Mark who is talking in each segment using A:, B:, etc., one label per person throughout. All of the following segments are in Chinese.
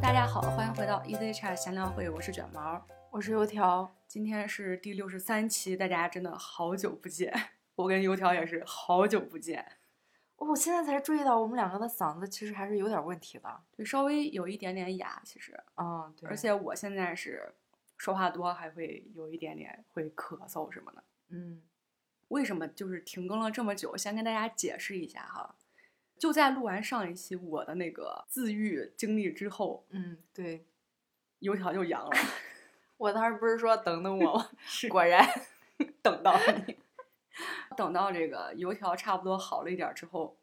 A: 大家好，欢迎回到 EZ Chat 闲聊会，我是卷毛，
B: 我是油条。
A: 今天是第六十三期，大家真的好久不见，我跟油条也是好久不见。
B: 哦我现在才注意到，我们两个的嗓子其实还是有点问题的。
A: 对，稍微有一点点哑，其实，
B: 嗯，对，
A: 而且我现在是说话多，还会有一点点会咳嗽什么的。
B: 嗯，
A: 为什么就是停更了这么久？先跟大家解释一下哈。就在录完上一期我的那个自愈经历之后，
B: 嗯，对，
A: 油条就阳了，
B: 我当时不是说等等 我吗，
A: 是
B: 果然，
A: 等到了你，等到这个油条差不多好了一点儿之后，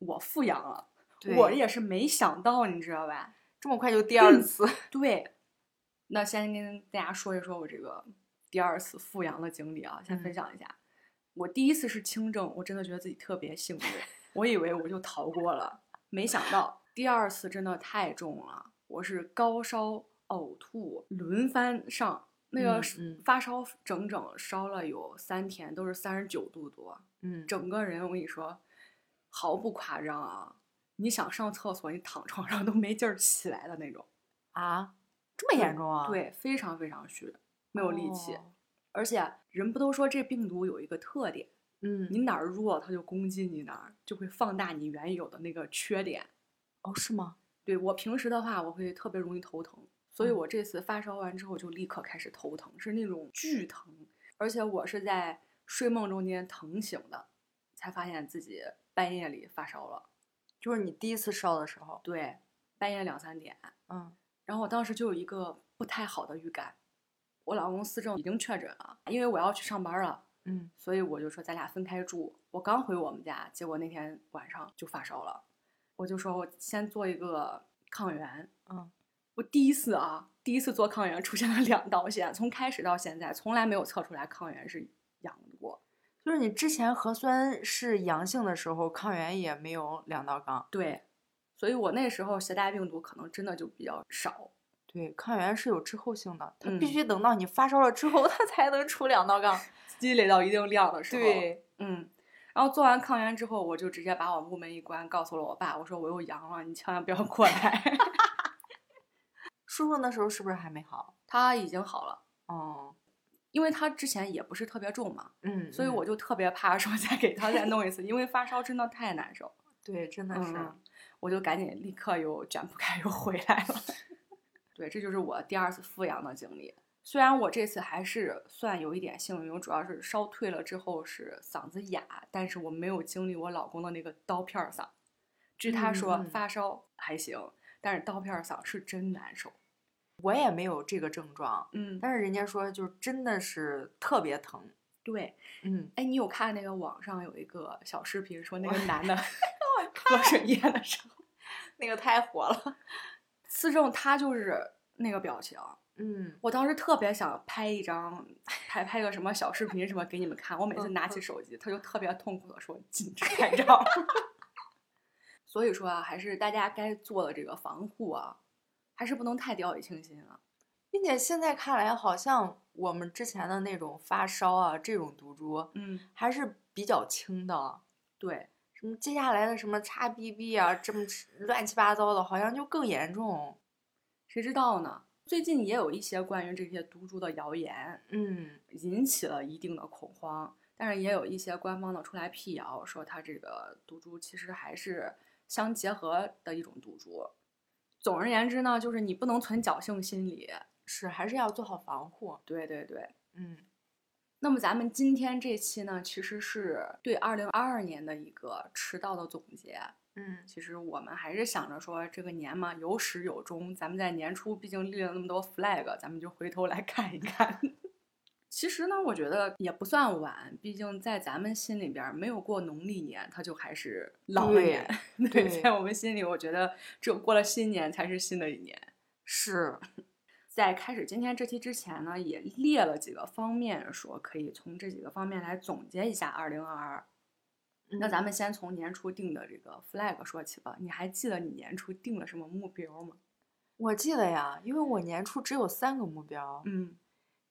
A: 我复阳了，
B: 对
A: 我也是没想到，你知道吧？
B: 这么快就第 二次，
A: 对，那先跟大家说一说我这个第二次复阳的经历啊，先分
B: 嗯
A: 享一下。我第一次是轻症，我真的觉得自己特别幸运，我以为我就逃过了，没想到第二次真的太重了，我是高烧、呕吐、轮番上，那个
B: 嗯
A: 是
B: 嗯
A: 发烧整整烧了有三天，都是三十九度多，
B: 嗯，
A: 整个人我跟你说，毫不夸张啊，你想上厕所，你躺床上都没劲儿起来的那种。
B: 啊，这么严重啊？，
A: 对，非常非常虚，没有力气。
B: 哦
A: 而且人不都说这病毒有一个特点，
B: 嗯，
A: 你哪儿弱，它就攻击你哪儿，就会放大你原有的那个缺点。
B: 哦是吗？
A: 对我平时的话，我会特别容易头疼，所以
B: 嗯
A: 我这次发烧完之后就立刻开始头疼，是那种巨疼，而且我是在睡梦中间疼醒的，才发现自己半夜里发烧了。
B: 就是你第一次烧的时候，
A: 对，半夜两三点，
B: 嗯
A: 然后我当时就有一个不太好的预感，我老公思政已经确诊了，因为我要去上班了，
B: 嗯，
A: 所以我就说咱俩分开住。我刚回我们家，结果那天晚上就发烧了，我就说我先做一个抗原，
B: 嗯，
A: 我第一次啊，第一次做抗原出现了两道线，从开始到现在从来没有测出来抗原是阳过，
B: 就是你之前核酸是阳性的时候，抗原也没有两道杠，
A: 对，所以我那时候携带病毒可能真的就比较少，
B: 对，抗原是有滞后性的，它
A: 嗯
B: 必须等到你发烧了之后，它才能出两道杠。
A: 积累到一定量的时候，
B: 对，
A: 嗯，然后做完抗原之后，我就直接把我屋门一关，告诉了我爸，我说我又阳了，你千万不要过来。
B: 叔叔那时候是不是还没好？
A: 他已经好了，
B: 哦，
A: 因为他之前也不是特别重嘛，
B: 嗯，
A: 所以
B: 嗯
A: 我就特别怕说再给他再弄一次，因为发烧真的太难受。
B: 对，真的是，
A: 嗯，我就赶紧立刻又卷铺盖又回来了。 对，这就是我第二次复阳的经历。虽然我这次还是算有一点幸运，我主要是烧退了之后是嗓子哑，但是我没有经历我老公的那个刀片儿嗓。据他说，
B: 嗯嗯
A: 发烧还行，但是刀片儿嗓是真难受。
B: 我也没有这个症状，
A: 嗯，
B: 但是人家说就真的是特别疼。
A: 对，
B: 嗯，
A: 哎，你有看那个网上有一个小视频，说那
B: 我
A: 个男 的喝水淹的时候，
B: 那个太火了。
A: 思政他就是那个表情，
B: 嗯，
A: 我当时特别想拍一张，拍拍个什么小视频什么给你们看。我每次
B: 嗯
A: 拿起
B: 嗯
A: 手机，他就特别痛苦的说禁止拍照。 所以说啊，还是大家该做的这个防护啊，还是不能太掉以轻心啊了。
B: 并且现在看来，好像我们之前的那种发烧啊，这种毒株
A: 嗯，
B: 还是比较轻的。
A: 对，
B: 什么接下来的什么叉 BB 啊，这么乱七八糟的，好像就更严重。
A: 谁知道呢？最近也有一些关于这些毒株的谣言，
B: 嗯，
A: 引起了一定的恐慌，但是也有一些官方的出来辟谣，说它这个毒株其实还是相结合的一种毒株。总而言之呢，就是你不能存侥幸心理。
B: 是还是要做好防护。
A: 对对对。
B: 嗯
A: 那么咱们今天这期呢，其实是对二零二二年的一个迟到的总结。
B: 嗯，
A: 其实我们还是想着说，这个年嘛有始有终，咱们在年初毕竟立了那么多 flag，咱们就回头来看一看。 其实呢，我觉得也不算晚，毕竟在咱们心里边儿没有过农历年，它就还是老
B: 对
A: 年。 对，
B: 对
A: 在我们心里，我觉得只有过了新年才是新的一年。
B: 是，
A: 在开始今天这期之前呢，也列了几个方面，说可以从这几个方面来总结一下二零二二。那咱
B: 们
A: 们先从年初定的这个 flag 说起吧。你还记得你年初定了什么目标吗？
B: 我记得呀，因为我年初只有三个目标，
A: 嗯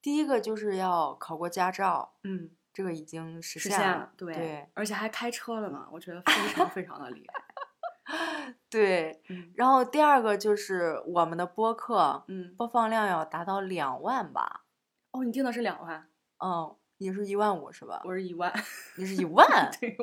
B: 第一个就是要考过驾照，
A: 嗯，
B: 这个已经实
A: 实
B: 了，
A: 了，对，
B: 对
A: 而且还开车了呢，我觉得非常非常的厉害。
B: 对，
A: 嗯
B: 然后第二个就是我们的播客
A: 嗯，
B: 播放量要达到两万吧？
A: 哦，你定的是两万，
B: 嗯，你是一万五是吧？
A: 我是一万，
B: 你是一 万，
A: 对，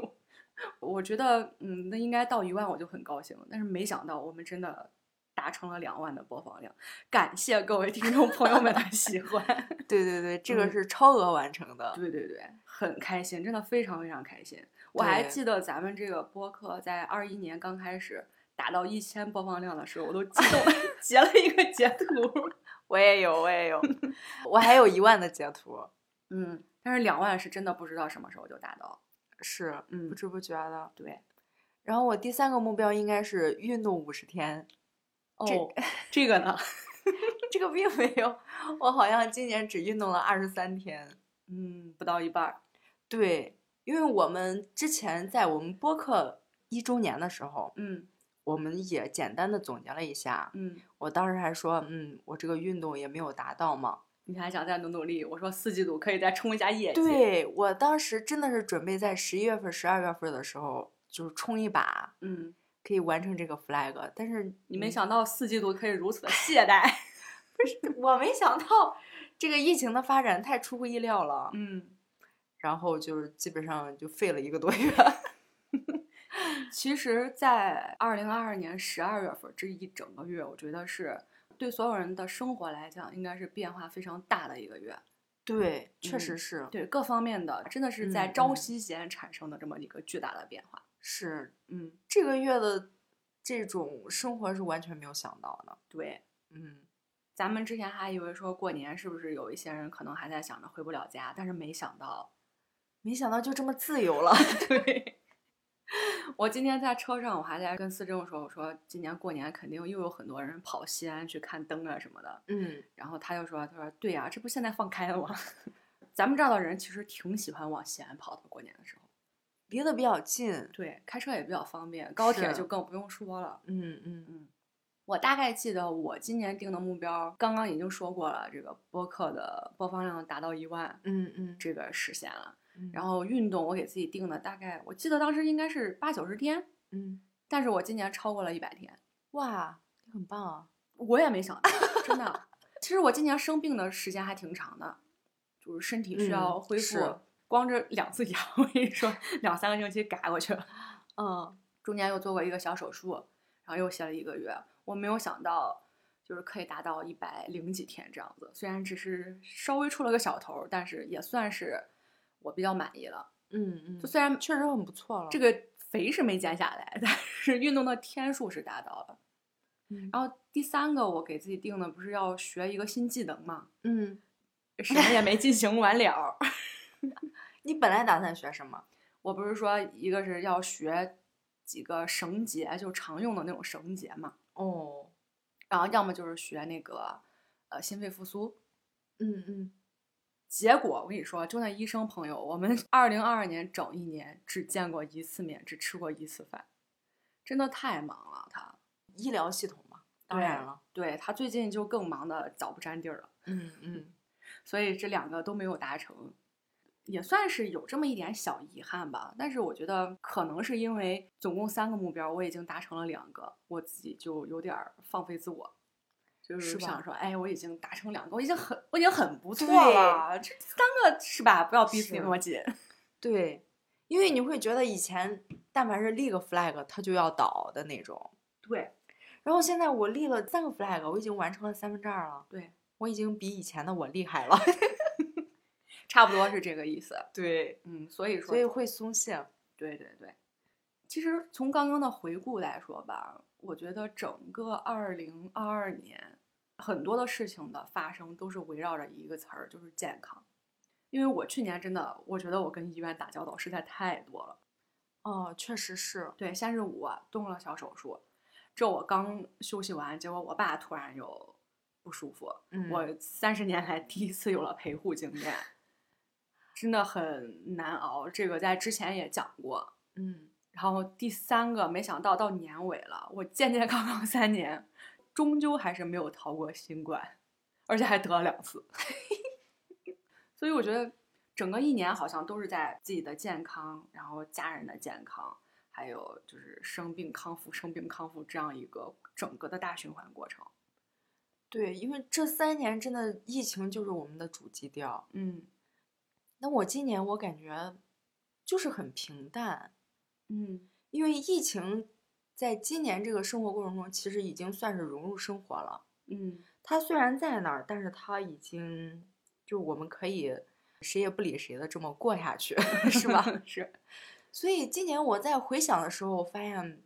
A: 我我觉得嗯，那应该到一万我就很高兴了，但是没想到我们真的。达成了两万的播放量，感谢各位听众朋友们的喜欢。
B: 对对对，这个
A: 嗯
B: 是超额完成的。
A: 对对对，很开心，真的非常非常开心。我还
B: 对
A: 记得咱们这个播客在二一年刚开始达到一千播放量的时候，我都激 动，截了一个截图。
B: 我也有，我也有， 我还有一万的截图，
A: 嗯，但是两万是真的不知道什么时候就达到。
B: 是
A: 嗯
B: 不，知不觉的。
A: 对。
B: 然后我第三个目标应该是运动五十天，
A: 哦，这个呢，
B: 这个并没有，我好像今年只运动了二十三天。
A: 嗯，不到一半儿。
B: 对，因为我们之前在我们播客一周年的时候，
A: 嗯
B: 我们也简单的总结了一下。
A: 嗯，
B: 我当时还说，嗯，我这个运动也没有达到嘛。
A: 你还想再努努力？我说四季度可以再冲一下业绩。，
B: 对我当时真的是准备在十一月份、十二月份的时候，就是冲一把，
A: 嗯，
B: 可以完成这个 flag。但是
A: 你没
B: 嗯，
A: 想到四季度可以如此的懈 怠。
B: 我没想到这个疫情的发展太出乎意料了。
A: 嗯。
B: 然后就是基本上就废了一个多月。
A: 其实，在二零二二年十二月份这一整个月，我觉得是对所有人的生活来讲，应该是变化非常大的一个月。
B: 对，确
A: 嗯
B: 实是。
A: 对各方面的，真的是在
B: 嗯
A: 朝
B: 嗯
A: 夕间产生的这么一个巨大的变化。
B: 是
A: 嗯，
B: 这个月的这种生活是完全没有想到的。
A: 对。
B: 嗯，
A: 咱们之前还以为说过年是不是有一些人可能还在想着回不了家，但是没想到，
B: 没想到就这么自由 了。
A: 对。我今天在车上，我还在跟思政说，我说今年过年肯定又有很多人跑西安去看灯啊什么的。
B: 嗯，
A: 然后他就说：“他说对呀、这不现在放开了吗？ 咱们这儿的人其实挺喜欢往西安跑的，过年的时候，
B: 离得比较近。
A: 对，开车也比较方便，高铁
B: 是
A: 就更不用说了。
B: 嗯嗯，
A: 嗯，我大概记得我今年定的目标，刚刚已经说过了，这个播客的播放量达到一万，
B: 嗯嗯
A: 这个实现了。
B: 嗯，
A: 然后运动我给自己定的大概，我记得当时应该是八九十天，
B: 嗯，
A: 但是我今年超过了一百天，
B: 哇，你很棒啊！
A: 我也没想 到，真的。其实我今年生病的时间还挺长的，就是身体需
B: 嗯
A: 要恢复。
B: 是
A: 光这两次阳，我跟你 说，两三个星期嘎过去了。
B: 嗯
A: 中间又做过一个小手术，然后又歇了一个月。我没有想到，就是可以达到一百零几天这样子。虽然只是稍微出了个小头儿，但是也算是我比较满意了。
B: 嗯嗯，
A: 就虽然
B: 确实很不错了。
A: 这个肥是没减下来，但是运动的天数是达到了。
B: 嗯
A: 然后第三个，我给自己定的不是要学一个新技能嘛，
B: 嗯，
A: 什么也没进行完了。
B: 你本来打算学什么？
A: 我不是说一个是要学几个绳结，就常用的那种绳结嘛，
B: 哦，
A: 然后要么就是学那个呃心肺复苏。
B: 嗯嗯，
A: 结果我跟你说，就那医生朋友，我们 二零二二年整一年只见过一次面，只吃过一次饭，真的太忙了。他
B: 医疗系统嘛，当
A: 对啊
B: 然了。
A: 对他最近就更忙的早不沾地儿了。
B: 嗯嗯
A: 所以这两个都没有达成，也算是有这么一点小遗憾吧。但是我觉得可能是因为总共三个目标，我已经达成了两个，我自己就有点儿放飞自我，就是是
B: 吧
A: 想说，哎，我已经达成两个，我已经很我已经很不错
B: 对
A: 了，这三个是吧？不要逼自己
B: 是
A: 那么紧。
B: 对，因为你会觉得以前但凡是立个 flag，它就要倒的那种。
A: 对
B: 然后现在我立了三个 flag，我已经完成了三分之二了，
A: 对，
B: 我已经比以前的我厉害了。
A: 差不多是这个意思。
B: 对，
A: 嗯，所以说，
B: 所以会松懈。
A: 对对对，其实从刚刚的回顾来说吧，我觉得整个二零二二年很多的事情的发生都是围绕着一个词儿，就是健康。因为我去年真的，我觉得我跟医院打交道实在太多了。
B: 哦，确实是。
A: 对，先是我动了小手术，这我刚休息完，结果我爸突然又不舒服，
B: 嗯
A: 我三十年来第一次有了陪护经验，真的很难熬。这个在之前也讲过，
B: 嗯
A: 然后第三个，没想到到年尾了，我健健康康三年，终究还是没有逃过新冠，而且还得了两次。 所以我觉得整个一年好像都是在自己的健康，然后家人的健康，还有就是生病康复、生病康复这样一个整个的大循环过程。
B: 对，因为这三年真的疫情就是我们的主基调。
A: 嗯
B: 那我今年我感觉就是很平淡，
A: 嗯
B: 因为疫情在今年这个生活过程中，其实已经算是融入生活了。
A: 嗯
B: 它虽然在那儿，但是它已经就我们可以谁也不理谁的这么过下去， 是吧？？
A: 是，
B: 所以今年我在回想的时候，我发现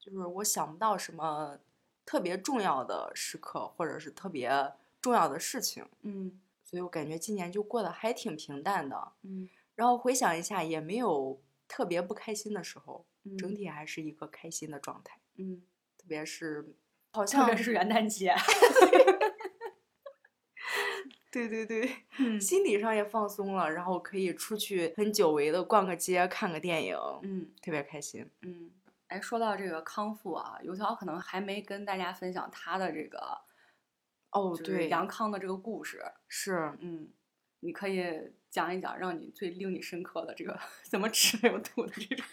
B: 就是我想不到什么特别重要的时刻，或者是特别重要的事情，
A: 嗯
B: 所以我感觉今年就过得还挺平淡的。
A: 嗯，
B: 然后回想一下，也没有特别不开心的时候，整
A: 嗯
B: 体还是一个开心的状态。
A: 嗯，
B: 特别是
A: 特
B: 好像
A: 别是元旦节，
B: 对对对，
A: 嗯
B: 心理上也放松了，然后可以出去很久违的逛个街、看个电影，
A: 嗯。
B: 特别开心。
A: 嗯，哎，说到这个康复啊，油条可能还没跟大家分享他的这个
B: 哦，
A: 就是
B: 对，
A: 杨康的这个故事。
B: 是
A: 嗯，你可以讲一讲，让你最令你深刻的这个 怎么吃的有吐的这种。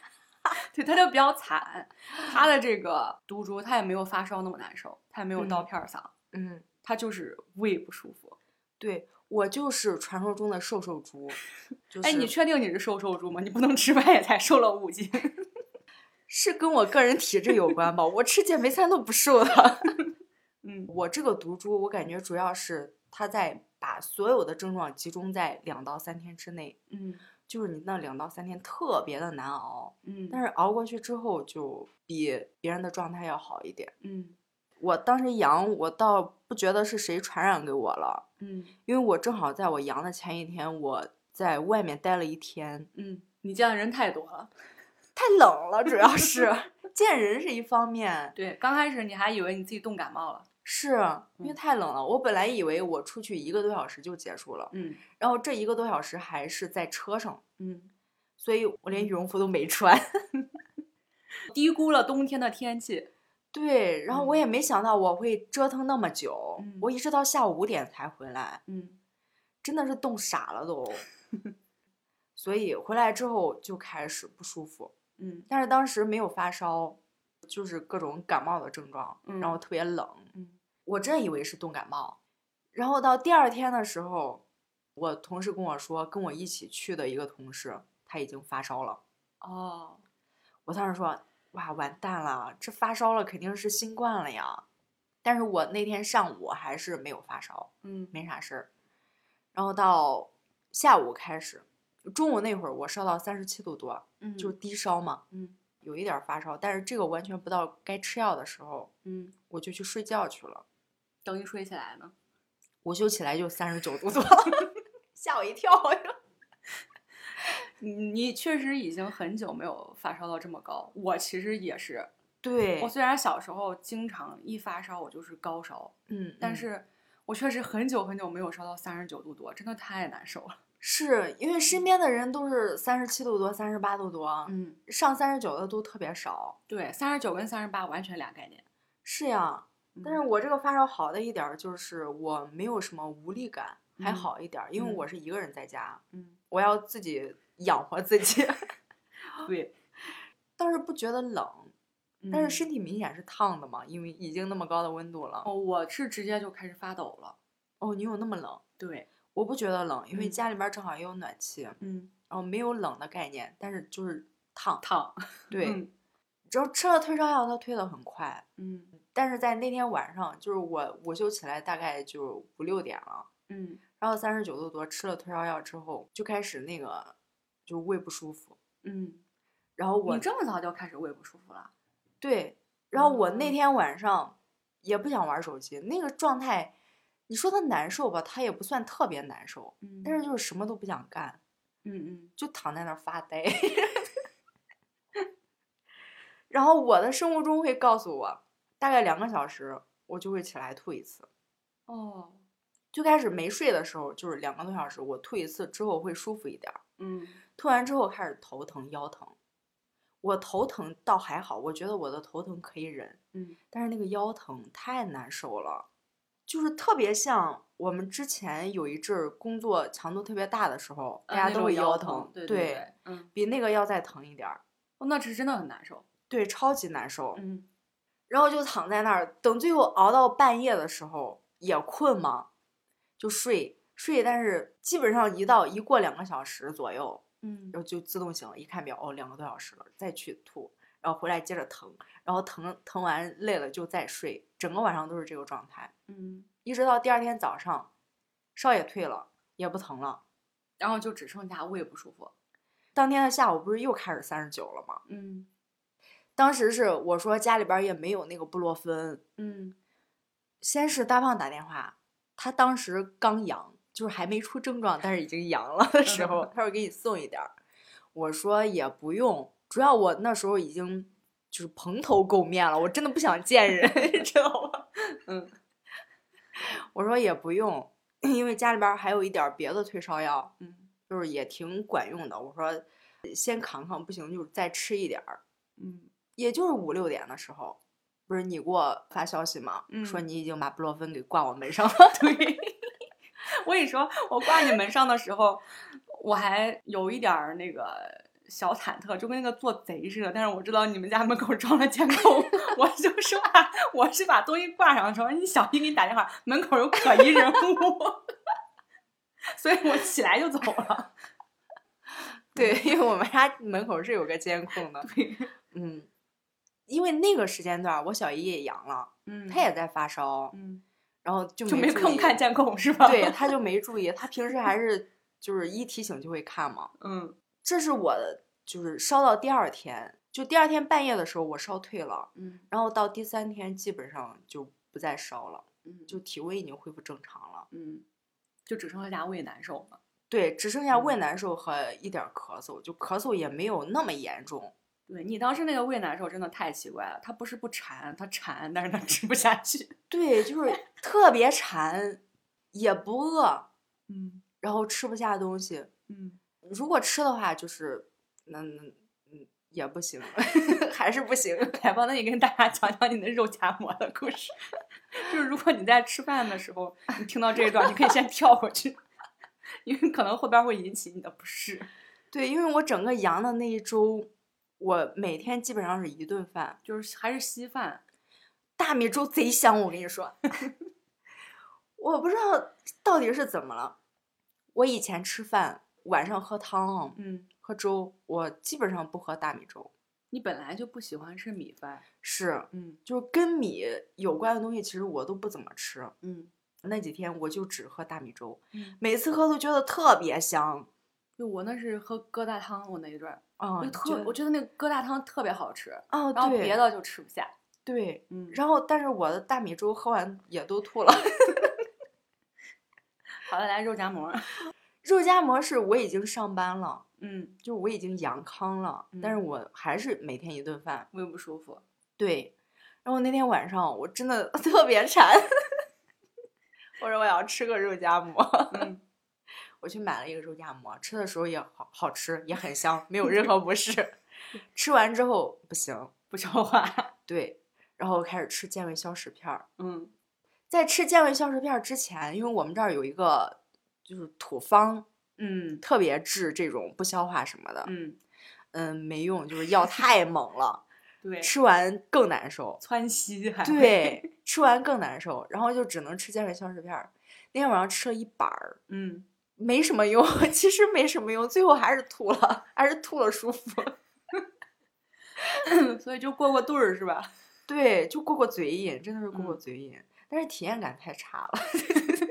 A: 对，他就比较惨，他的这个毒株他也没有发烧那么难受，他也没有刀
B: 嗯
A: 片儿嗓，
B: 嗯，
A: 他就是胃不舒服。
B: 对我就是传说中的瘦瘦猪，就
A: 哎，你
B: 是
A: 确定你是瘦瘦猪吗？你不能吃饭也才瘦了五斤。
B: 是跟我个人体质有关吧？我吃减肥餐都不瘦啊 的。
A: 嗯
B: 我这个毒株，我感觉主要是它在把所有的症状集中在两到三天之内，
A: 嗯
B: 就是你那两到三天特别的难熬，
A: 嗯，
B: 但是熬过去之后就比别人的状态要好一点。
A: 嗯
B: 我当时阳，我倒不觉得是谁传染给我了，
A: 嗯
B: 因为我正好在我阳的前一天，我在外面待了一天，
A: 嗯，你见的人太多了。
B: 太冷了，主 要是见人是一方面，
A: 对，刚开始你还以为你自己冻感冒了，
B: 是因为
A: 嗯
B: 太冷了。我本来以为我出去一个多小时就结束了，
A: 嗯
B: 然后这一个多小时还是在车上，
A: 嗯，
B: 所以我连羽绒服都没穿。
A: 低估了冬天的天气，
B: 对，然后我也没想到我会折腾那么久，
A: 嗯
B: 我一直到下午五点才回来，
A: 嗯
B: 真的是冻傻 了都。所以回来之后就开始不舒服，
A: 嗯
B: 但是当时没有发烧，就是各种感冒的症状，然后
A: 嗯
B: 特别冷，
A: 嗯
B: 我真以为是冻感冒。然后到第二天的时候，我同事跟我说，跟我一起去的一个同事他已经发烧了。
A: 哦，
B: 我当时说，哇，完蛋了，这发烧了肯定是新冠了呀。但是我那天上午还是没有发烧，
A: 嗯
B: 没啥事儿。然后到下午开始，中午那会儿我烧到三十七度多，
A: 嗯
B: 就是低烧嘛，
A: 嗯
B: 有一点儿发烧，但是这个完全不到该吃药的时候，
A: 嗯，
B: 我就去睡觉去了。
A: 等你睡起来呢，
B: 午休起来就三十九度多了， 吓我一跳。啊
A: 你你确实已经很久没有发烧到这么高，我其实也是，
B: 对
A: 我，虽然小时候经常一发烧我就是高烧，
B: 嗯，
A: 但
B: 嗯
A: 是我确实很久很久没有烧到三十九度多，真的太难受了，
B: 是因为身边的人都是三十七度多、三十八度多，
A: 嗯，
B: 上三十九的都特别少。
A: 对，三十九跟三十八完全俩概念，
B: 是呀，但是
A: 嗯
B: 我这个发烧好的一点儿就是我没有什么无力感，还
A: 嗯
B: 好一点儿，因为
A: 嗯
B: 我是一个人在家，
A: 嗯
B: 我要自己养活自己，
A: 对，
B: 倒是不觉得冷，但是
A: 嗯
B: 身体明显是烫的嘛，因为已经那么高的温度了。
A: 哦，我是直接就开始发抖了，
B: 哦，你有那么冷？
A: 对，
B: 我不觉得冷，因为
A: 嗯
B: 家里边儿正好也有暖气。
A: 嗯，
B: 然后没有冷的概念，但是就是烫。
A: 烫，
B: 对，
A: 嗯
B: 只要吃了退烧药，它退的很快。
A: 嗯
B: 但是在那天晚上，就是我午休起来大概就五六点了，
A: 嗯
B: 然后三十九度多，吃了退烧药之后就开始那个就胃不舒服。
A: 嗯，
B: 然后我
A: 你这么早就开始胃不舒服了？
B: 对，然后我
A: 嗯
B: 那天晚上也不想玩手机，那个状态，你说它难受吧，它也不算特别难受，
A: 嗯
B: 但是就是什么都不想干。
A: 嗯
B: 就躺在那儿发呆。 然后我的生物钟会告诉我，大概两个小时我就会起来吐一次。
A: 嗯哦
B: 最开始没睡的时候，就是两个多小时，我吐一次之后会舒服一点儿。
A: 嗯
B: 吐完之后开始头疼、腰疼。我头疼倒还好，我觉得我的头疼可以忍，
A: 嗯
B: 但是那个腰疼太难受了，就是特别像我们之前有一阵儿工作强度特别大的时候，大
A: 呃
B: 家
A: 那
B: 都
A: 种
B: 会
A: 腰
B: 疼，
A: 对对，嗯
B: 比那个要再疼一点儿。
A: 哦那是真的很难受。
B: 对，超级难受。
A: 嗯，
B: 然后就躺在那儿，等最后熬到半夜的时候也困嘛，就睡睡，但是基本上一到一过两个小时左右，
A: 嗯
B: 然后就自动醒，一看表哦，两个多小时了，再去吐，然后回来接着疼，然后疼疼完累了就再睡，整个晚上都是这个状态，
A: 嗯，
B: 一直到第二天早上，烧也退了，也不疼了。
A: 然后就只剩下胃不舒服。
B: 当天的下午不是又开始三十九了吗？
A: 嗯
B: 当时是我说家里边儿也没有那个布洛芬，
A: 嗯，
B: 先是大胖打电话，他当时刚阳，就是还没出症状，但是已经阳了的时候他说给你送一点儿。我说也不用，主要我那时候已经就是蓬头垢面了，我真的不想见人， 你知道吗？
A: 嗯
B: 我说也不用，因为家里边儿还有一点儿别的退烧药，
A: 嗯
B: 就是也挺管用的。我说先扛扛，不行就再吃一点儿。
A: 嗯
B: 也就是五六点的时候，不是你给我发消息吗？说
A: 嗯
B: 你已经把布洛芬给挂我门上了。
A: 对，我跟你说，我挂你门上的时候，我还有一点儿那个小忐忑，就跟那个做贼似的。但是我知道你们家门口装了监控， 我就是把我是把东西挂上的时候，你小心给你打电话，门口有可疑人物， 所以我起来就走了。
B: 对，因为我们家门口是有个监控的。
A: 对，
B: 嗯，因为那个时间段儿我小姨也阳了，
A: 嗯，
B: 她也在发烧，
A: 嗯，
B: 然后就
A: 就没
B: 注
A: 空
B: 意
A: 看。监控是吧？
B: 对，，她就没注意，她平时还是就是一提醒就会看嘛。
A: 嗯
B: 这是我就是烧到第二天，就第二天半夜的时候我烧退了，
A: 嗯
B: 然后到第三天基本上就不再烧了，
A: 嗯，
B: 就体温已经恢复正常了。
A: 嗯，就只剩下胃难受了。
B: 对，只剩下胃
A: 嗯
B: 难受和一点儿咳嗽，就咳嗽也没有那么严重。
A: 对你当时那个胃难受真的太奇怪了，它不是不馋，它馋，但是它吃不下去。
B: 对，就是特别馋，也不饿，
A: 嗯
B: 然后吃不下东西。
A: 嗯，
B: 如果吃的话，就是那那嗯也不行， 还是不行。
A: 来吧，那你跟大家讲讲你的肉夹馍的故事。 就是如果你在吃饭的时候，你听到这一段，你可以先跳过去， 因为可能后边会引起你的不适，
B: 对，因为我整个阳的那一周，我每天基本上是一顿饭，
A: 就是还是稀饭。
B: 大米粥贼香，我跟你说。 我不知道到底是怎么了。我以前吃饭晚上喝汤
A: 嗯，
B: 喝粥，我基本上不喝大米粥，
A: 你本来就不喜欢吃米饭。
B: 是
A: 嗯
B: 就是跟米有关的东西，其实我都不怎么吃。
A: 嗯
B: 那几天我就只喝大米粥，
A: 嗯，
B: 每次喝都觉得特别香，
A: 就我那是喝疙瘩汤，我那一段儿，
B: 啊、
A: 我就
B: 嗯，
A: 特哦我觉得那个疙瘩汤特别好吃，
B: 啊，
A: 然后
B: 对
A: 别的就吃不下。
B: 对，
A: 嗯
B: 然后但是我的大米粥喝完也都吐了。
A: 好了，来肉夹馍。
B: 肉夹馍是我已经上班了，
A: 嗯，
B: 就我已经阳康了，但是
A: 嗯
B: 我还是每天一顿饭。
A: 胃不舒服。
B: 对，然后那天晚上我真的 特别馋，我说我要吃个肉夹馍，
A: 嗯，
B: 我去买了一个肉夹馍，吃的时候也好好吃，也很香，没有任何不适。 吃完之后不行，
A: 不消 化。
B: 对，然后开始吃健胃消食片儿。
A: 嗯
B: 在吃健胃消食片儿之前，因为我们这儿有一个就是土方，
A: 嗯
B: 特别治这种不消化什么的，
A: 嗯，
B: 嗯，没用，就是药太猛了，
A: 对，。
B: 吃完更难 受
A: 川西还会，
B: 对，吃完更难受，然后就只能吃健胃消食片儿。那天晚上吃了一板儿，
A: 嗯，
B: 没什么用， 其实没什么用，最后还是吐了，还是吐了舒服。
A: 所以就过过顿儿是吧？
B: 对，就过过嘴瘾，真的是过过
A: 嗯
B: 嘴瘾，但是体验感太差了。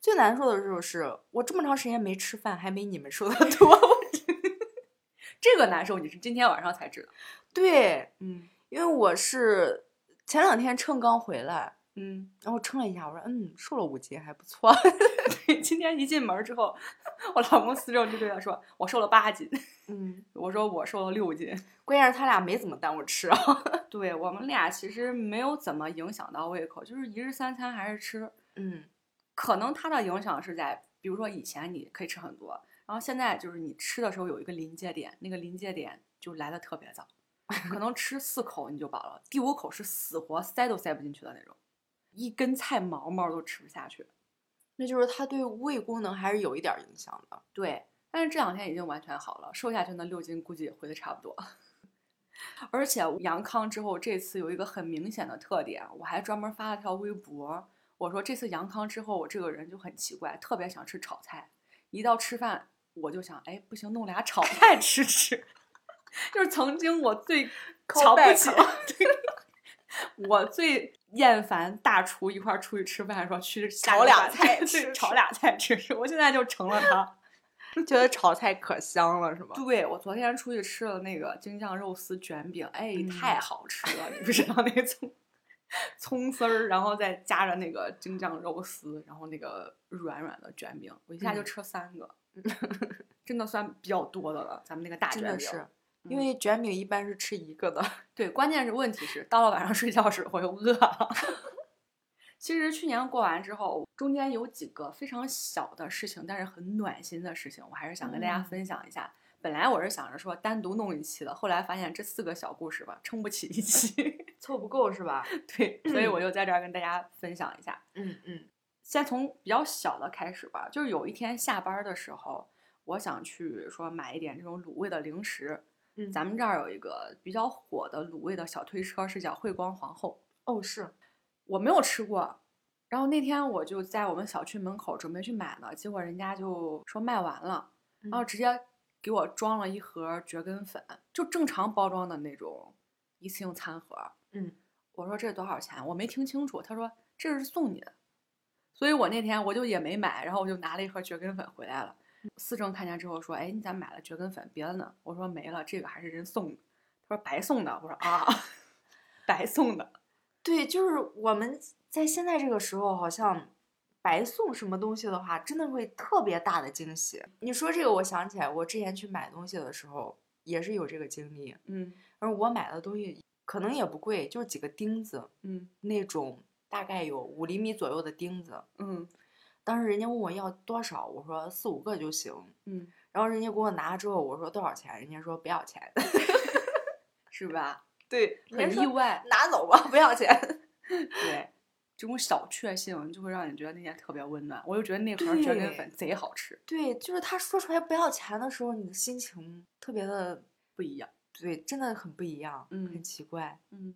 B: 最难受的时候是我这么长时间没吃饭，还没你们瘦的多。
A: 这个难受你是今天晚上才知道。
B: 对，
A: 嗯
B: 因为我是前两天称刚回来，
A: 嗯，
B: 然后称了一下，我说嗯，瘦了五斤，还不错。
A: 对，今天一进门儿之后， 我老公四周就对他说：“我瘦了八斤。
B: 嗯，”
A: 我说：“我瘦了六斤。
B: 关键是他俩没怎么耽误吃啊。
A: 对”我们俩其实没有怎么影响到胃口，就是一日三餐还是吃。
B: 嗯，
A: 可能它的影响是在，比如说以前你可以吃很多，然后现在就是你吃的时候有一个临界点，那个临界点就来的特别早，可能吃四口你就饱了，第五口是死活塞都塞不进去的那种，一根菜毛毛都吃不下去。
B: 那就是他对胃功能还是有一点儿影响的。
A: 对，但是这两天已经完全好了，瘦下去那六斤估计也回的差不多。 而且阳康之后，这次有一个很明显的特点，我还专门发了条微博，我说这次阳康之后，我这个人就很奇怪，特别想吃炒菜，一到吃饭我就想，哎，不行，弄俩炒菜吃吃。 就是曾经我最瞧不
B: Callback
A: 起， 对，我最厌烦大厨一块儿出去吃饭，说去下
B: 炒
A: 个
B: 俩
A: 饭
B: 菜
A: 对
B: 吃
A: 炒
B: 吃
A: 俩菜吃吃。我现在就成了他。
B: 觉得炒菜可香了是吗？
A: 对，我昨天出去吃了那个京酱肉丝卷饼，哎，
B: 嗯
A: 太好吃了！你不知道那个葱葱丝儿，然后再加着那个京酱肉丝，然后那个软软的卷饼，我一下就
B: 嗯
A: 吃了三个， 真的算比较多的了。咱们那个大
B: 真
A: 卷
B: 的
A: 饼，
B: 是，
A: 嗯
B: 因为卷饼一般是吃一个的。
A: 对，关键是问题是到了晚上睡觉时我又饿了。 其实去年过完之后，中间有几个非常小的事情，但是很暖心的事情，我还是想跟大家
B: 嗯
A: 分享一下。本来我是想着说单独弄一期的，后来发现这四个小故事吧，撑不起一期，
B: 凑不够是吧？
A: 对，所以我就在这儿跟大家分享一下。
B: 嗯嗯
A: 先从比较小的开始吧，就是有一天下班儿的时候，我想去说买一点这种卤味的零食。
B: 嗯，
A: 咱们这儿有一个比较火的卤味的小推车，是叫汇光皇后。
B: 哦是，
A: 我没有吃过。然后那天我就在我们小区门口准备去买呢，结果人家就说卖完了，然后
B: 哦
A: 直接给我装了一盒蕨根粉，就正常包装的那种一次性餐盒。
B: 嗯，
A: 我说这多少钱？我没听清楚，他说这是送你的，所以我那天我就也没买，然后我就拿了一盒蕨根粉回来了。思政看见之后说：“哎，你咋买了蕨根粉？别的呢？”我说：“没了，这个还是人送的。”他说：“白送的。”我说：“啊， 白送的。”
B: 对，就是我们在现在这个时候，好像白送什么东西的话，真的会特别大的惊喜。你说这个，我想起来，我之前去买东西的时候也是有这个经历，
A: 嗯
B: 而我买的东西可能也不贵，就是几个钉子，
A: 嗯
B: 那种大概有五厘米左右的钉子。
A: 嗯
B: 当时人家问我要多少，我说四五个就行。
A: 嗯，
B: 然后人家给我拿了之后，我说多少钱？人家说不要钱。
A: 是吧？
B: 对，
A: 很
B: 人家
A: 意
B: 说
A: 外，
B: 拿走吧，不要钱。
A: 对，这种小确幸就会让你觉得那天特别温暖。我就觉得那盒蕨根
B: 对
A: 粉贼好吃，
B: 对，就是他说出来不要钱的时候，你的心情特别的，
A: 不一样。
B: 对，真的很不一样，
A: 嗯
B: 很奇怪。
A: 嗯，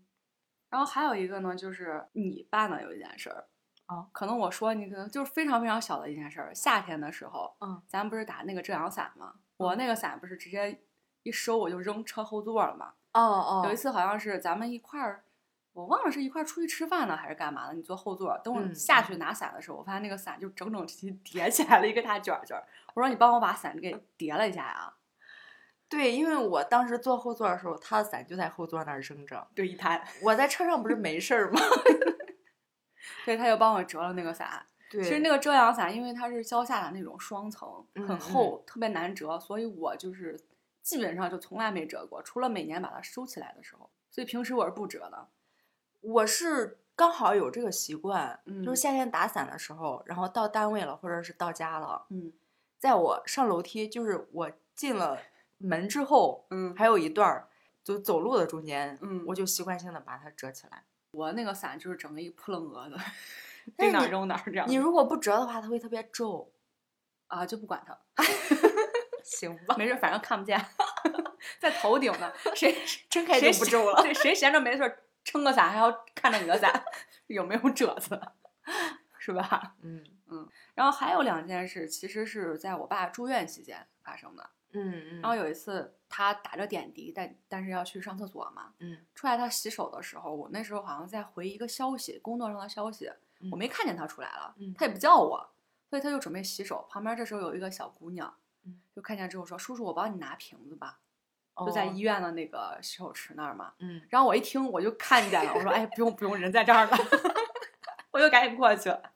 A: 然后还有一个呢，就是你爸呢有一件事儿
B: 啊，
A: 可能我说你可能就是非常非常小的一件事儿。夏天的时候，
B: 嗯，
A: 咱不是打那个遮阳伞吗？我那个伞不是直接一收我就扔车后座了吗？
B: 哦哦，
A: 有一次好像是咱们一块儿，我忘了是一块儿出去吃饭呢还是干嘛呢？你坐后座，等我
B: 嗯
A: 下去拿伞的时候，我发现那个伞就整整齐齐叠起来了一个大卷儿卷儿。我说你帮我把伞给叠了一下啊呀、
B: 对，因为我当时坐后座的时候，他的伞就在后座那儿扔着。
A: 对，一摊，
B: 我在车上不是没事儿吗？
A: 对，他就帮我折了那个伞。
B: 对，
A: 其实那个遮阳伞，因为它是蕉下的那种双层，很
B: 嗯
A: 厚，特别难折，所以我就是基本上就从来没折过，除了每年把它收起来的时候。所以平时我是不折的。
B: 我是刚好有这个习惯，就
A: 嗯
B: 是夏天打伞的时候，然后到单位了或者是到家了，
A: 嗯
B: 在我上楼梯，就是我进了门之后，
A: 嗯，
B: 还有一段儿就走路的中间，
A: 嗯
B: 我就习惯性的把它折起来。
A: 我那个伞就是整个一扑棱蛾子，对
B: 但是
A: 哪儿
B: 你
A: 扔 哪儿这样。
B: 你如果不折的话，它会特别皱。
A: 啊，就不管它，
B: 行 吧，
A: 没事儿，反正看不见，在头顶呢，谁
B: 睁开
A: 谁
B: 就不皱了。
A: 对，谁闲着没事儿撑个伞，还要看着你的伞 有没有褶子，是吧？
B: 嗯
A: 然后还有两件事，其实是在我爸住院期间发生的。
B: 嗯嗯，
A: 然后有一次，他打着点滴，但但是要去上厕所嘛，
B: 嗯
A: 出来他洗手的时候，我那时候好像在回一个消息，工作上的消息，我
B: 嗯
A: 没看见他出来了，
B: 嗯
A: 他也不叫我，所以他就准备洗手。旁边这时候有一个小姑娘
B: 嗯，
A: 就看见之后说：“叔叔，我帮你拿瓶子吧。”
B: 哦
A: 就在医院的那个洗手池那儿嘛。
B: 嗯
A: 然后我一听我就看见了，我说：“哎，不用不用，人在这儿呢。” 我就赶紧过去了。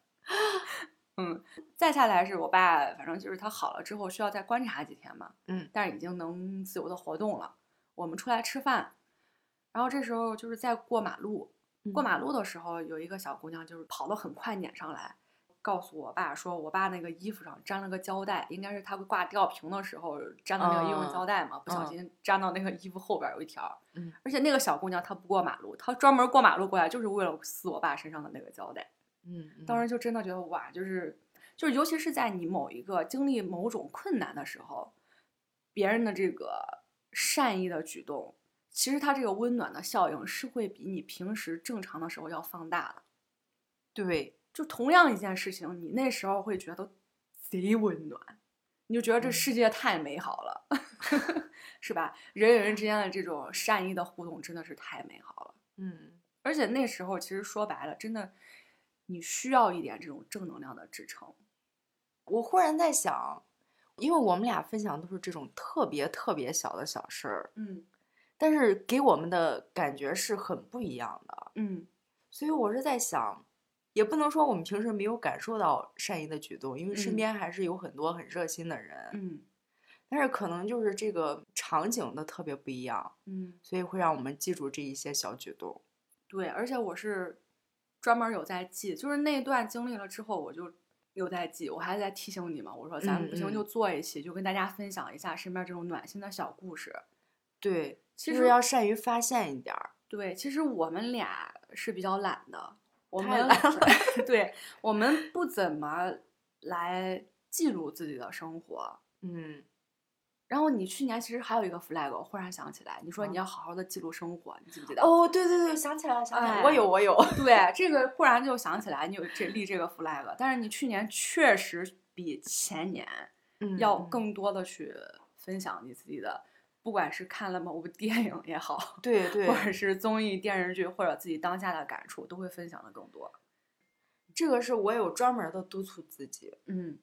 A: 嗯，再下来是我爸，反正就是他好了之后需要再观察几天嘛。
B: 嗯
A: 但是已经能自由的活动了。我们出来吃饭，然后这时候就是在过马路，过
B: 嗯
A: 马路的时候有一个小姑娘就是跑得很快撵上来，告诉我爸说，我爸那个衣服上粘了个胶带，应该是他挂吊瓶的时候粘到那个医用胶带嘛，不小
B: 嗯
A: 心粘到那个衣服后边有一条儿。
B: 嗯
A: 而且那个小姑娘她不过马路，她专门过马路过来就是为了撕我爸身上的那个胶带。
B: 嗯，
A: 当
B: 时
A: 时就真的觉得哇，就是就是尤其是在你某一个经历某种困难的时候，别人的这个善意的举动，其实它这个温暖的效应是会比你平时正常的时候要放大的。
B: 对，
A: 就同样一件事情，你那时候会觉得贼温暖，你就觉得这
B: 嗯
A: 世界太美好了， 是吧？人与人之间的这种善意的互动真的是太美好了。
B: 嗯，
A: 而且那时候其实说白了，真的你需要一点这种正能量的支撑。
B: 我忽然在想，因为我们俩分享都是这种特别特别小的小事儿，
A: 嗯
B: 但是给我们的感觉是很不一样的。
A: 嗯
B: 所以我是在想，也不能说我们平时没有感受到善意的举动，因为身
A: 嗯
B: 边还是有很多很热心的人，
A: 嗯
B: 但是可能就是这个场景的特别不一样，
A: 嗯，
B: 所以会让我们记住这一些小举动。
A: 对。而且我是专门有在记，就是那段经历了之后，我就有在记，我还在提醒你嘛，我说咱们不行
B: 嗯嗯
A: 就做一期，就跟大家分享一下身边这种暖心的小故事。
B: 对，
A: 其
B: 就
A: 实
B: 是要善于发现一点儿。
A: 对，其实我们俩是比较懒的，我
B: 太
A: 们
B: 懒了
A: 对，我们不怎么来记录自己的生活。
B: 嗯，
A: 然后你去年其实还有一个 flag，我忽然想起来，你说
B: 嗯
A: 你要好好的记录生活，你记不记得？
B: 哦，对对对，想起来了，想起来了，我
A: 哎
B: 有我有。
A: 对，这个忽然就想起来你有这立这个 flag，但是你去年确实比前年
B: 嗯
A: 要更多的去分享你自己的，不管是看了某部 电影也好，
B: 对对
A: 或，者是综艺电视剧，或者自己当下的感触，都会分享的更多。
B: 这个是我有专门的督促自己。
A: 嗯，。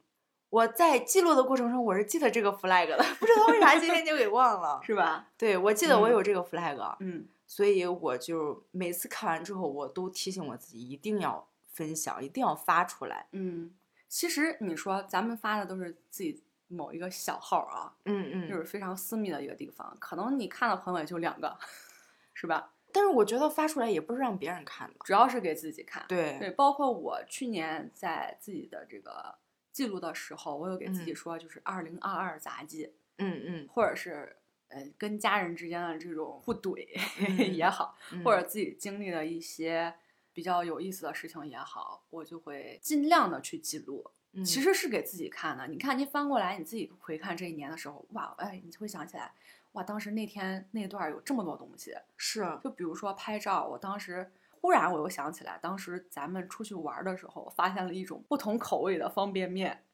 B: 我在记录的过程中，我是记得这个 flag 的， 不知道为啥今天就给忘了
A: 是吧？
B: 对，我记得我
A: 嗯
B: 有这个 flag，、
A: 嗯
B: 所以我就每次看完之后，我都提醒我自己一定要分享，一定要发出来。
A: 嗯，其实你说咱们发的都是自己某一个小号啊，
B: 嗯嗯，
A: 就是非常私密的一个地方，可能你看的朋友也就两个， 是吧？
B: 但是我觉得发出来也不是让别人看的。
A: 主要是给自己看。
B: 对，
A: 对，包括我去年在自己的这个记录的时候，我有给自己
B: 嗯
A: 说，就是二零二二杂技，
B: 嗯嗯
A: 或者是呃跟家人之间的这种互怼
B: 嗯
A: 也好，
B: 嗯，
A: 或者自己经历的一些比较有意思的事情也好，我就会尽量的去记录。
B: 嗯
A: 其实是给自己看的。你看，你翻过来，你自己回看这一年的时候，哇，哎，你就会想起来，哇，当时那天那段儿有这么多东西。
B: 是
A: 就比如说拍照，我当时忽然我又想起来，当时咱们出去玩儿的时候，发现了一种不同口味的方便面，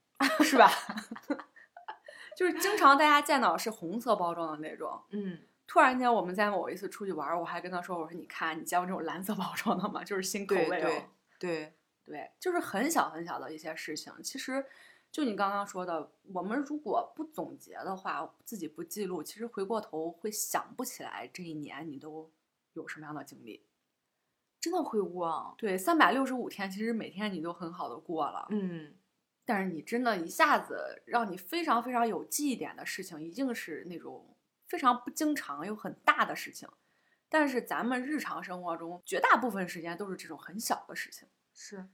A: 是吧？ 就是经常大家见到是红色包装的那种，
B: 嗯
A: 突然间，我们在某一次出去玩儿，我还跟他说：“我说你看，你见过这种蓝色包装的吗？就是新口
B: 对
A: 味、哦。
B: 对对，
A: 对就是很小很小的一些事情。其实，就你刚刚说的，我们如果不总结的话，自己不记录，其实回过头会想不起来这一年你都有什么样的经历。
B: 真的会忘。
A: 对，三百六十五天，其实每天你都很好的过了，
B: 嗯，
A: 但是你真的一下子让你非常非常有记忆点的事情，一定是那种非常不经常又很大的事情。但是咱们日常生活中绝大部分时间都是这种很小的事情。
B: 是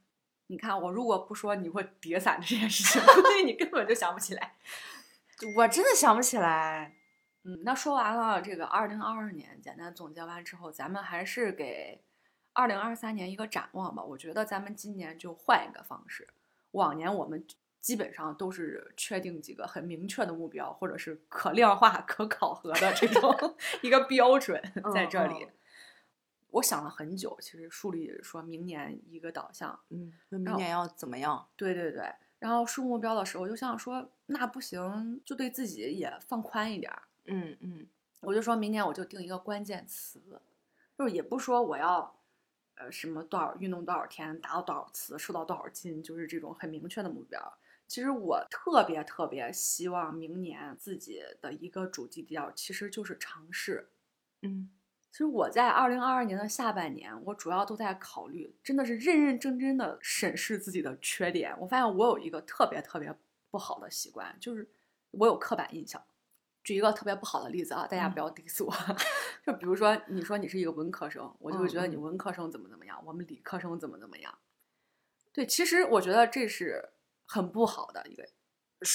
A: 你看，我如果不说你会叠伞这件事情， 所以你根本就想不起来。
B: 我真的想不起来。
A: 嗯，那说完了这个二零二二年，简单总结完之后，咱们还是给二零二三年一个展望吧。我觉得咱们今年就换一个方式。往年我们基本上都是确定几个很明确的目标，或者是可量化、可考核的这 种一个标准在这里。
B: 嗯嗯
A: 我想了很久，其实梳理说明年一个导向，
B: 嗯，那明
A: 让
B: 年要怎么样？
A: 对对对，然后树目标的时候，我就想说，那不行，就对自己也放宽一点儿。
B: 嗯嗯
A: 我就说明年我就定一个关键词，就是也不说我要，呃，什么多少运动多少天，达到多少次，瘦到多少斤，就是这种很明确的目标。其实我特别特别希望明年自己的一个主基调其实就是尝试。
B: 嗯
A: 其实我在二零二二年的下半年，我主要都在考虑，真的是认认真真的审视自己的缺点。我发现我有一个特别特别不好的习惯，就是我有刻板印象。举一个特别不好的例子啊，大家
B: 嗯
A: 不要 diss 我。 就比如说，你说你是一个文科生，我就会
B: 嗯
A: 觉得你
B: 嗯
A: 文科生怎么怎么样，我们理科生怎么怎么样。对，其实我觉得这是很不好的一个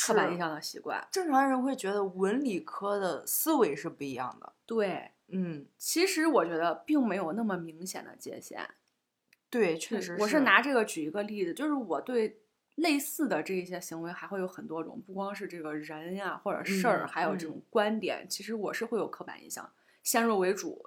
A: 刻板印
B: 是
A: 象的习惯。
B: 正常人会觉得文理科的思维是不一样的。
A: 对，
B: 嗯，
A: 其实我觉得并没有那么明显的界限。
B: 对，确
A: 对
B: 实
A: 我是拿这个举一个例子，就是我对类似的这一些行为还会有很多种，不光是这个人呀、或者事儿，
B: 嗯
A: 还有这种观点。其实我是会有刻板印象，先入为主，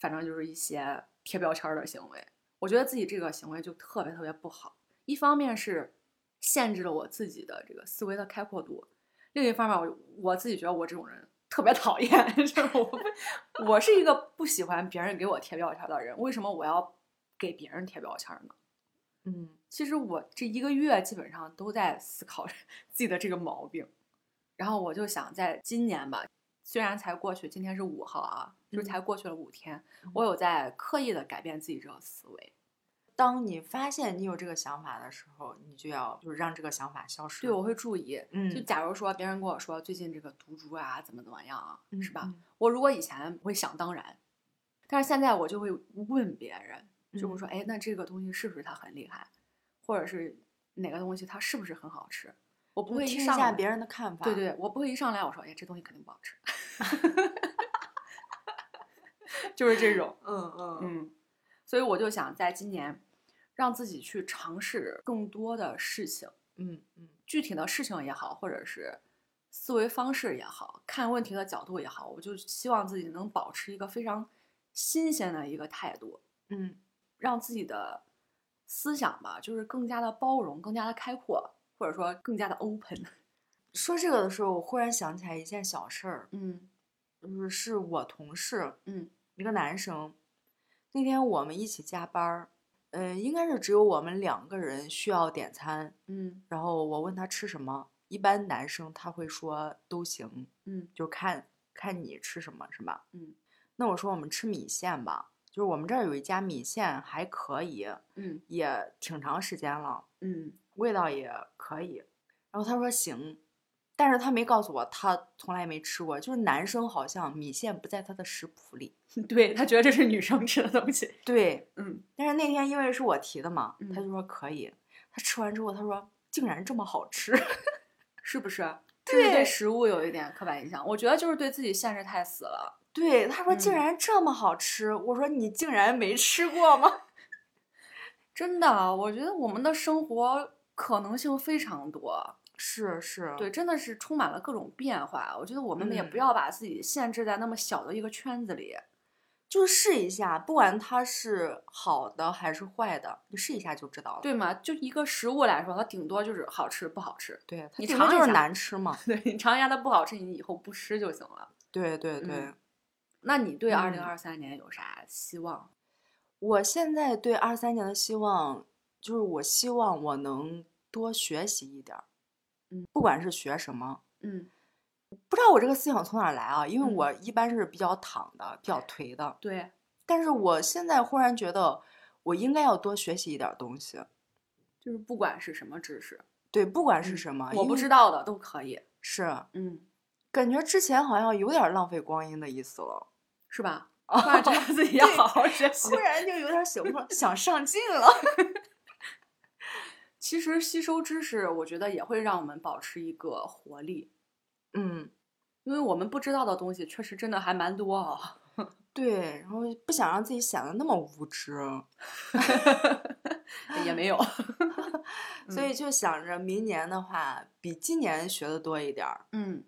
A: 反正就是一些贴标签儿的行为。我觉得自己这个行为就特别特别不好。一方面是限制了我自己的这个思维的开阔度，另一方面我我自己觉得我这种人特别讨厌， 就是我不我是一个不喜欢别人给我贴标签儿的人。为什么我要给别人贴标签儿呢？
B: 嗯，
A: 其实我这一个月基本上都在思考 自己的这个毛病，然后我就想在今年吧，虽然才过去，今天是五号啊，就是
B: 嗯
A: 才过去了五天，
B: 嗯
A: 我有在刻意的改变自己这个思维。
B: 当你发现你有这个想法的时候，你就要就是让这个想法消失。
A: 对，我会注意。
B: 嗯，
A: 就假如说别人跟我说最近这个毒株啊怎么怎么样啊，
B: 嗯
A: 是吧？？
B: 嗯
A: 我如果以前会想当然，但是现在我就会问别人，就会
B: 嗯
A: 说，哎，那这个东西是不是它很厉害，或者是哪个东西它是不是很好吃？我不
B: 就
A: 会
B: 听一
A: 上
B: 下
A: 来
B: 别人的看法。
A: 对，对，我不会一上来我说，哎，这东西肯定不好 吃，就是这种，
B: 嗯嗯
A: 嗯，所以我就想在今年让自己去尝试更多的事情，
B: 嗯嗯
A: 具体的事情也好，或者是思维方式也好，看问题的角度也好，我就希望自己能保持一个非常新鲜的一个态度，
B: 嗯
A: 让自己的思想吧，就是更加的包容，更加的开阔，或者说更加的 open，
B: 说这个的时候，我忽然想起来一件小事儿，
A: 嗯
B: 就是是我同事
A: 嗯
B: 一个男生，那天我们一起加班儿，嗯、应该是只有我们两个人需要点餐，
A: 嗯
B: 然后我问他吃什么，一般男生他会说都行，
A: 嗯
B: 就看看你吃什么是吧？
A: 嗯
B: 那我说我们吃米线吧，就是我们这儿有一家米线还可以，
A: 嗯
B: 也挺长时间了，
A: 嗯
B: 味道也可以。然后他说行，但是他没告诉我他从来没吃过，就是男生好像米线不在他的食谱里。
A: 嗯，对他觉得这是女生吃的东西，
B: 对，
A: 嗯
B: 但是那天因为是我提的嘛，他
A: 嗯
B: 就说可以。他吃完之后，他说竟然这么好吃，
A: 是不是？啊就是对
B: 对
A: 食物有一点刻板印象，我觉得就是对自己限制太死了。
B: 对，他说竟
A: 嗯
B: 然这么好吃。我说你竟然没吃过吗？
A: 真的，啊我觉得我们的生活可能性非常多，
B: 是是，
A: 对，，真的是充满了各种变化。我觉得我们也
B: 嗯
A: 不要把自己限制在那么小的一个圈子里。
B: 就试一下，不管它是好的还是坏的，你试一下就知道了。
A: 对吗？就一个食物来说，它顶多就是好吃不好吃。
B: 对，它
A: 你
B: 顶多
A: 尝一
B: 就是
A: 下
B: 难吃嘛。
A: 对你尝一下它不好吃，你以后不吃就行了。
B: 对对对，
A: 嗯那你对二
B: 嗯
A: 零二三年有啥希望？
B: 我现在对二三年的希望就是，我希望我能多学习一点儿，
A: 嗯，
B: 不管是学什么，
A: 嗯，
B: 不知道我这个思想从哪儿来啊，因为
A: 嗯
B: 我一般是比较躺的，比较颓的，
A: 对，
B: 但是我现在忽然觉得我应该要多学习一点儿东西，
A: 就是不管是什么知识，
B: 对，不管是
A: 嗯
B: 什么，
A: 我
B: 因
A: 不
B: 为
A: 知道的都可以。
B: 是
A: 嗯，
B: 感觉之前好像有点儿浪费光阴的意思了。
A: 是吧？突然觉得自己要
B: 对
A: 好好学 习
B: 突。然就有点想 不想上进了。
A: 其实吸收知识，我觉得也会让我们保持一个活力，
B: 嗯，
A: 因为我们不知道的东西确实真的还蛮多啊、
B: 对，然后不想让自己显得那么无知，
A: 也没有。
B: 所以就想着明年的话，比今年学的多一点儿。
A: 嗯，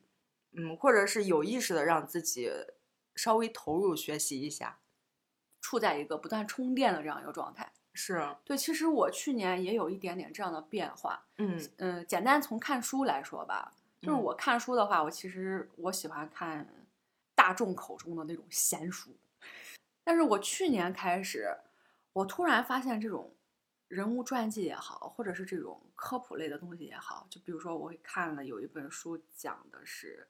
B: 嗯，或者是有意识的让自己稍微投入学习一下。
A: 处在一个不断充电的这样一个状态。
B: 是，
A: 对，其实我去年也有一点点这样的变化。
B: 嗯
A: 嗯、简单从看书来说吧，就是
B: 嗯
A: 我看书的话，我其实我喜欢看大众口中的那种闲书，但是我去年开始，我突然发现这种人物传记也好，或者是这种科普类的东西也好，就比如说我会看了有一本书讲的是。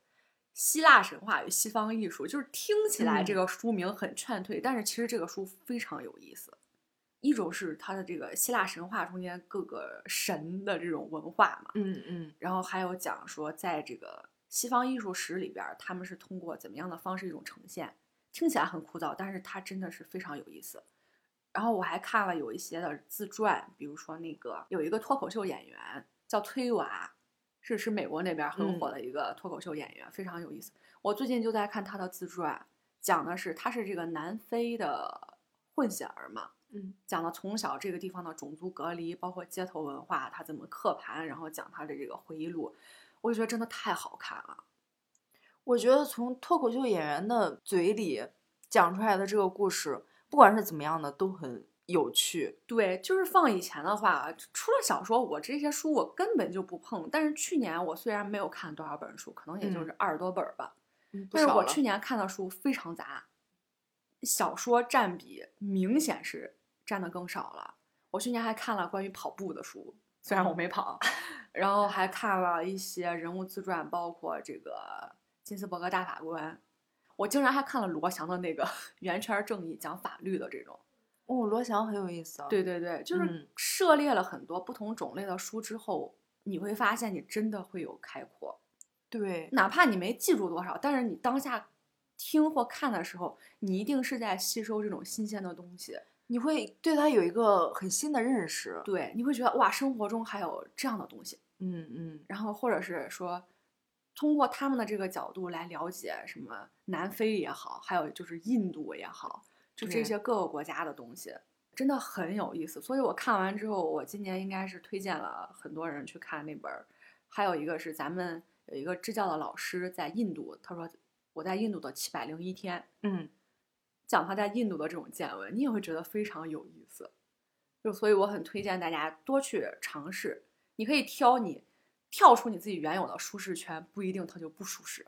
A: 希腊神话与西方艺术，就是听起来这
B: 嗯
A: 个书名很劝退，但是其实这个书非常有意思。一种是它的这个希腊神话中间各个神的这种文化嘛，
B: 嗯嗯
A: 然后还有讲说，在这个西方艺术史里边儿，他们是通过怎么样的方式一种呈现，听起来很枯燥，但是它真的是非常有意思。然后我还看了有一些的自传，比如说那个有一个脱口秀演员叫崔娃，是是美国那边儿很火
B: 嗯
A: 的一个脱口秀演员，非常有意思。我最近就在看他的自传，讲的是他是这个南非的混血儿嘛，
B: 嗯，
A: 讲了从小这个地方的种族隔离，包括街头文化，他怎么刻盘，然后讲他的这个回忆录，我就觉得真的太好看了。
B: 我觉得从脱口秀演员的嘴里讲出来的这个故事，不管是怎么样的，都很有趣。
A: 对，就是放以前的话，除了小说，我这些书我根本就不碰。但是去年我虽然没有看多少本书，可能也就是二十多本儿吧，
B: 嗯不
A: 但是
B: 少
A: 我
B: 了
A: 去年看的书非常杂，小说占比明显是占的更少了。我去年还看了关于跑步的书，虽然我没跑，然后还看了一些人物自传，包括这个金斯伯格大法官。我竟然还看了罗翔的那个 《圆圈正义》，讲法律的这种。
B: 哦，罗翔很有意思啊。，
A: 对对对，就是
B: 嗯
A: 涉猎了很多不同种类的书之后，你会发现你真的会有开阔。
B: 对，
A: 哪怕你没记住多少，但是你当下听或看的时候，你一定是在吸收这种新鲜的东西。
B: 你会对他有一个很新的认识。
A: 对，你会觉得哇，生活中还有这样的东西。
B: 嗯嗯，
A: 然后或者是说，通过他们的这个角度来了解什么南非也好，还有就是印度也好，就这
B: 对
A: 些各个国家的东西，真的很有意思。所以我看完之后，我今年应该是推荐了很多人去看那本儿，还有一个是咱们有一个支教的老师在印度，他说我在印度的七百零一天，
B: 嗯，
A: 讲他在印度的这种见闻，你也会觉得非常有意思。就所以我很推荐大家多去尝试，你可以挑你跳出你自己原有的舒适圈，不一定它就不舒适。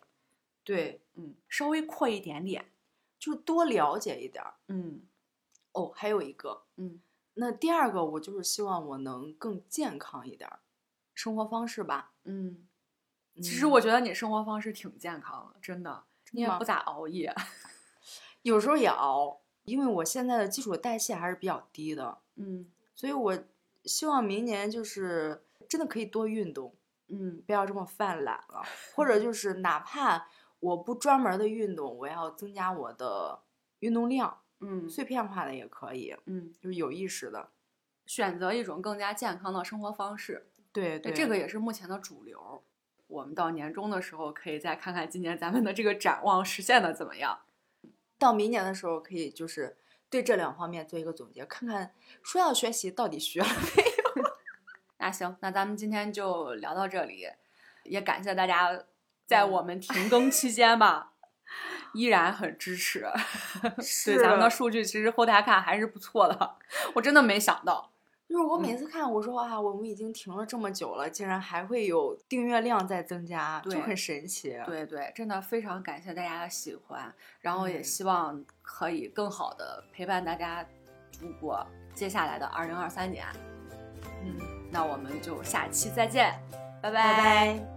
B: 对，
A: 嗯，稍微扩一点点。
B: 就多了解一点儿。
A: 嗯
B: 哦，还有一个，
A: 嗯，
B: 那第二个我就是希望我能更健康一点儿，生活方式吧。
A: 嗯，其实
B: 嗯
A: 我觉得你生活方式挺健康的，真的，你也
B: 吗
A: 不咋熬夜。
B: 有时候也熬，因为我现在的基础代谢还是比较低的，
A: 嗯
B: 所以我希望明年就是真的可以多运动，
A: 嗯
B: 不要这么犯懒了，或 者就是哪怕我不专门的运动，我要增加我的运动量，
A: 嗯
B: 碎片化的也可以，
A: 嗯，
B: 就是有意识的。
A: 选择一种更加健康的生活方式。
B: 对
A: 对，
B: 对，
A: 这个也是目前的主流。我们到年终的时候，可以再看看今年咱们的这个展望实现的怎么样。
B: 到明年的时候可以就是对这两方面做一个总结，看看说要学习到底学了没。
A: 那行，那咱们今天就聊到这里，也感谢大家在我们停更期间 吧，依然很支持。对
B: 是
A: 咱们的数据，其实后台看还是不错的。我真的没想到，
B: 就是我
A: 嗯
B: 每次看，我说啊，我们已经停了这么久了，竟然还会有订阅量在增加，就
A: 对
B: 很神奇。，啊
A: 对对，真的非常感谢大家的喜欢，然后也
B: 嗯
A: 希望可以更好的陪伴大家度过接下来的二零二三年。
B: 嗯，
A: 那我们就下期再见，拜拜
B: 拜拜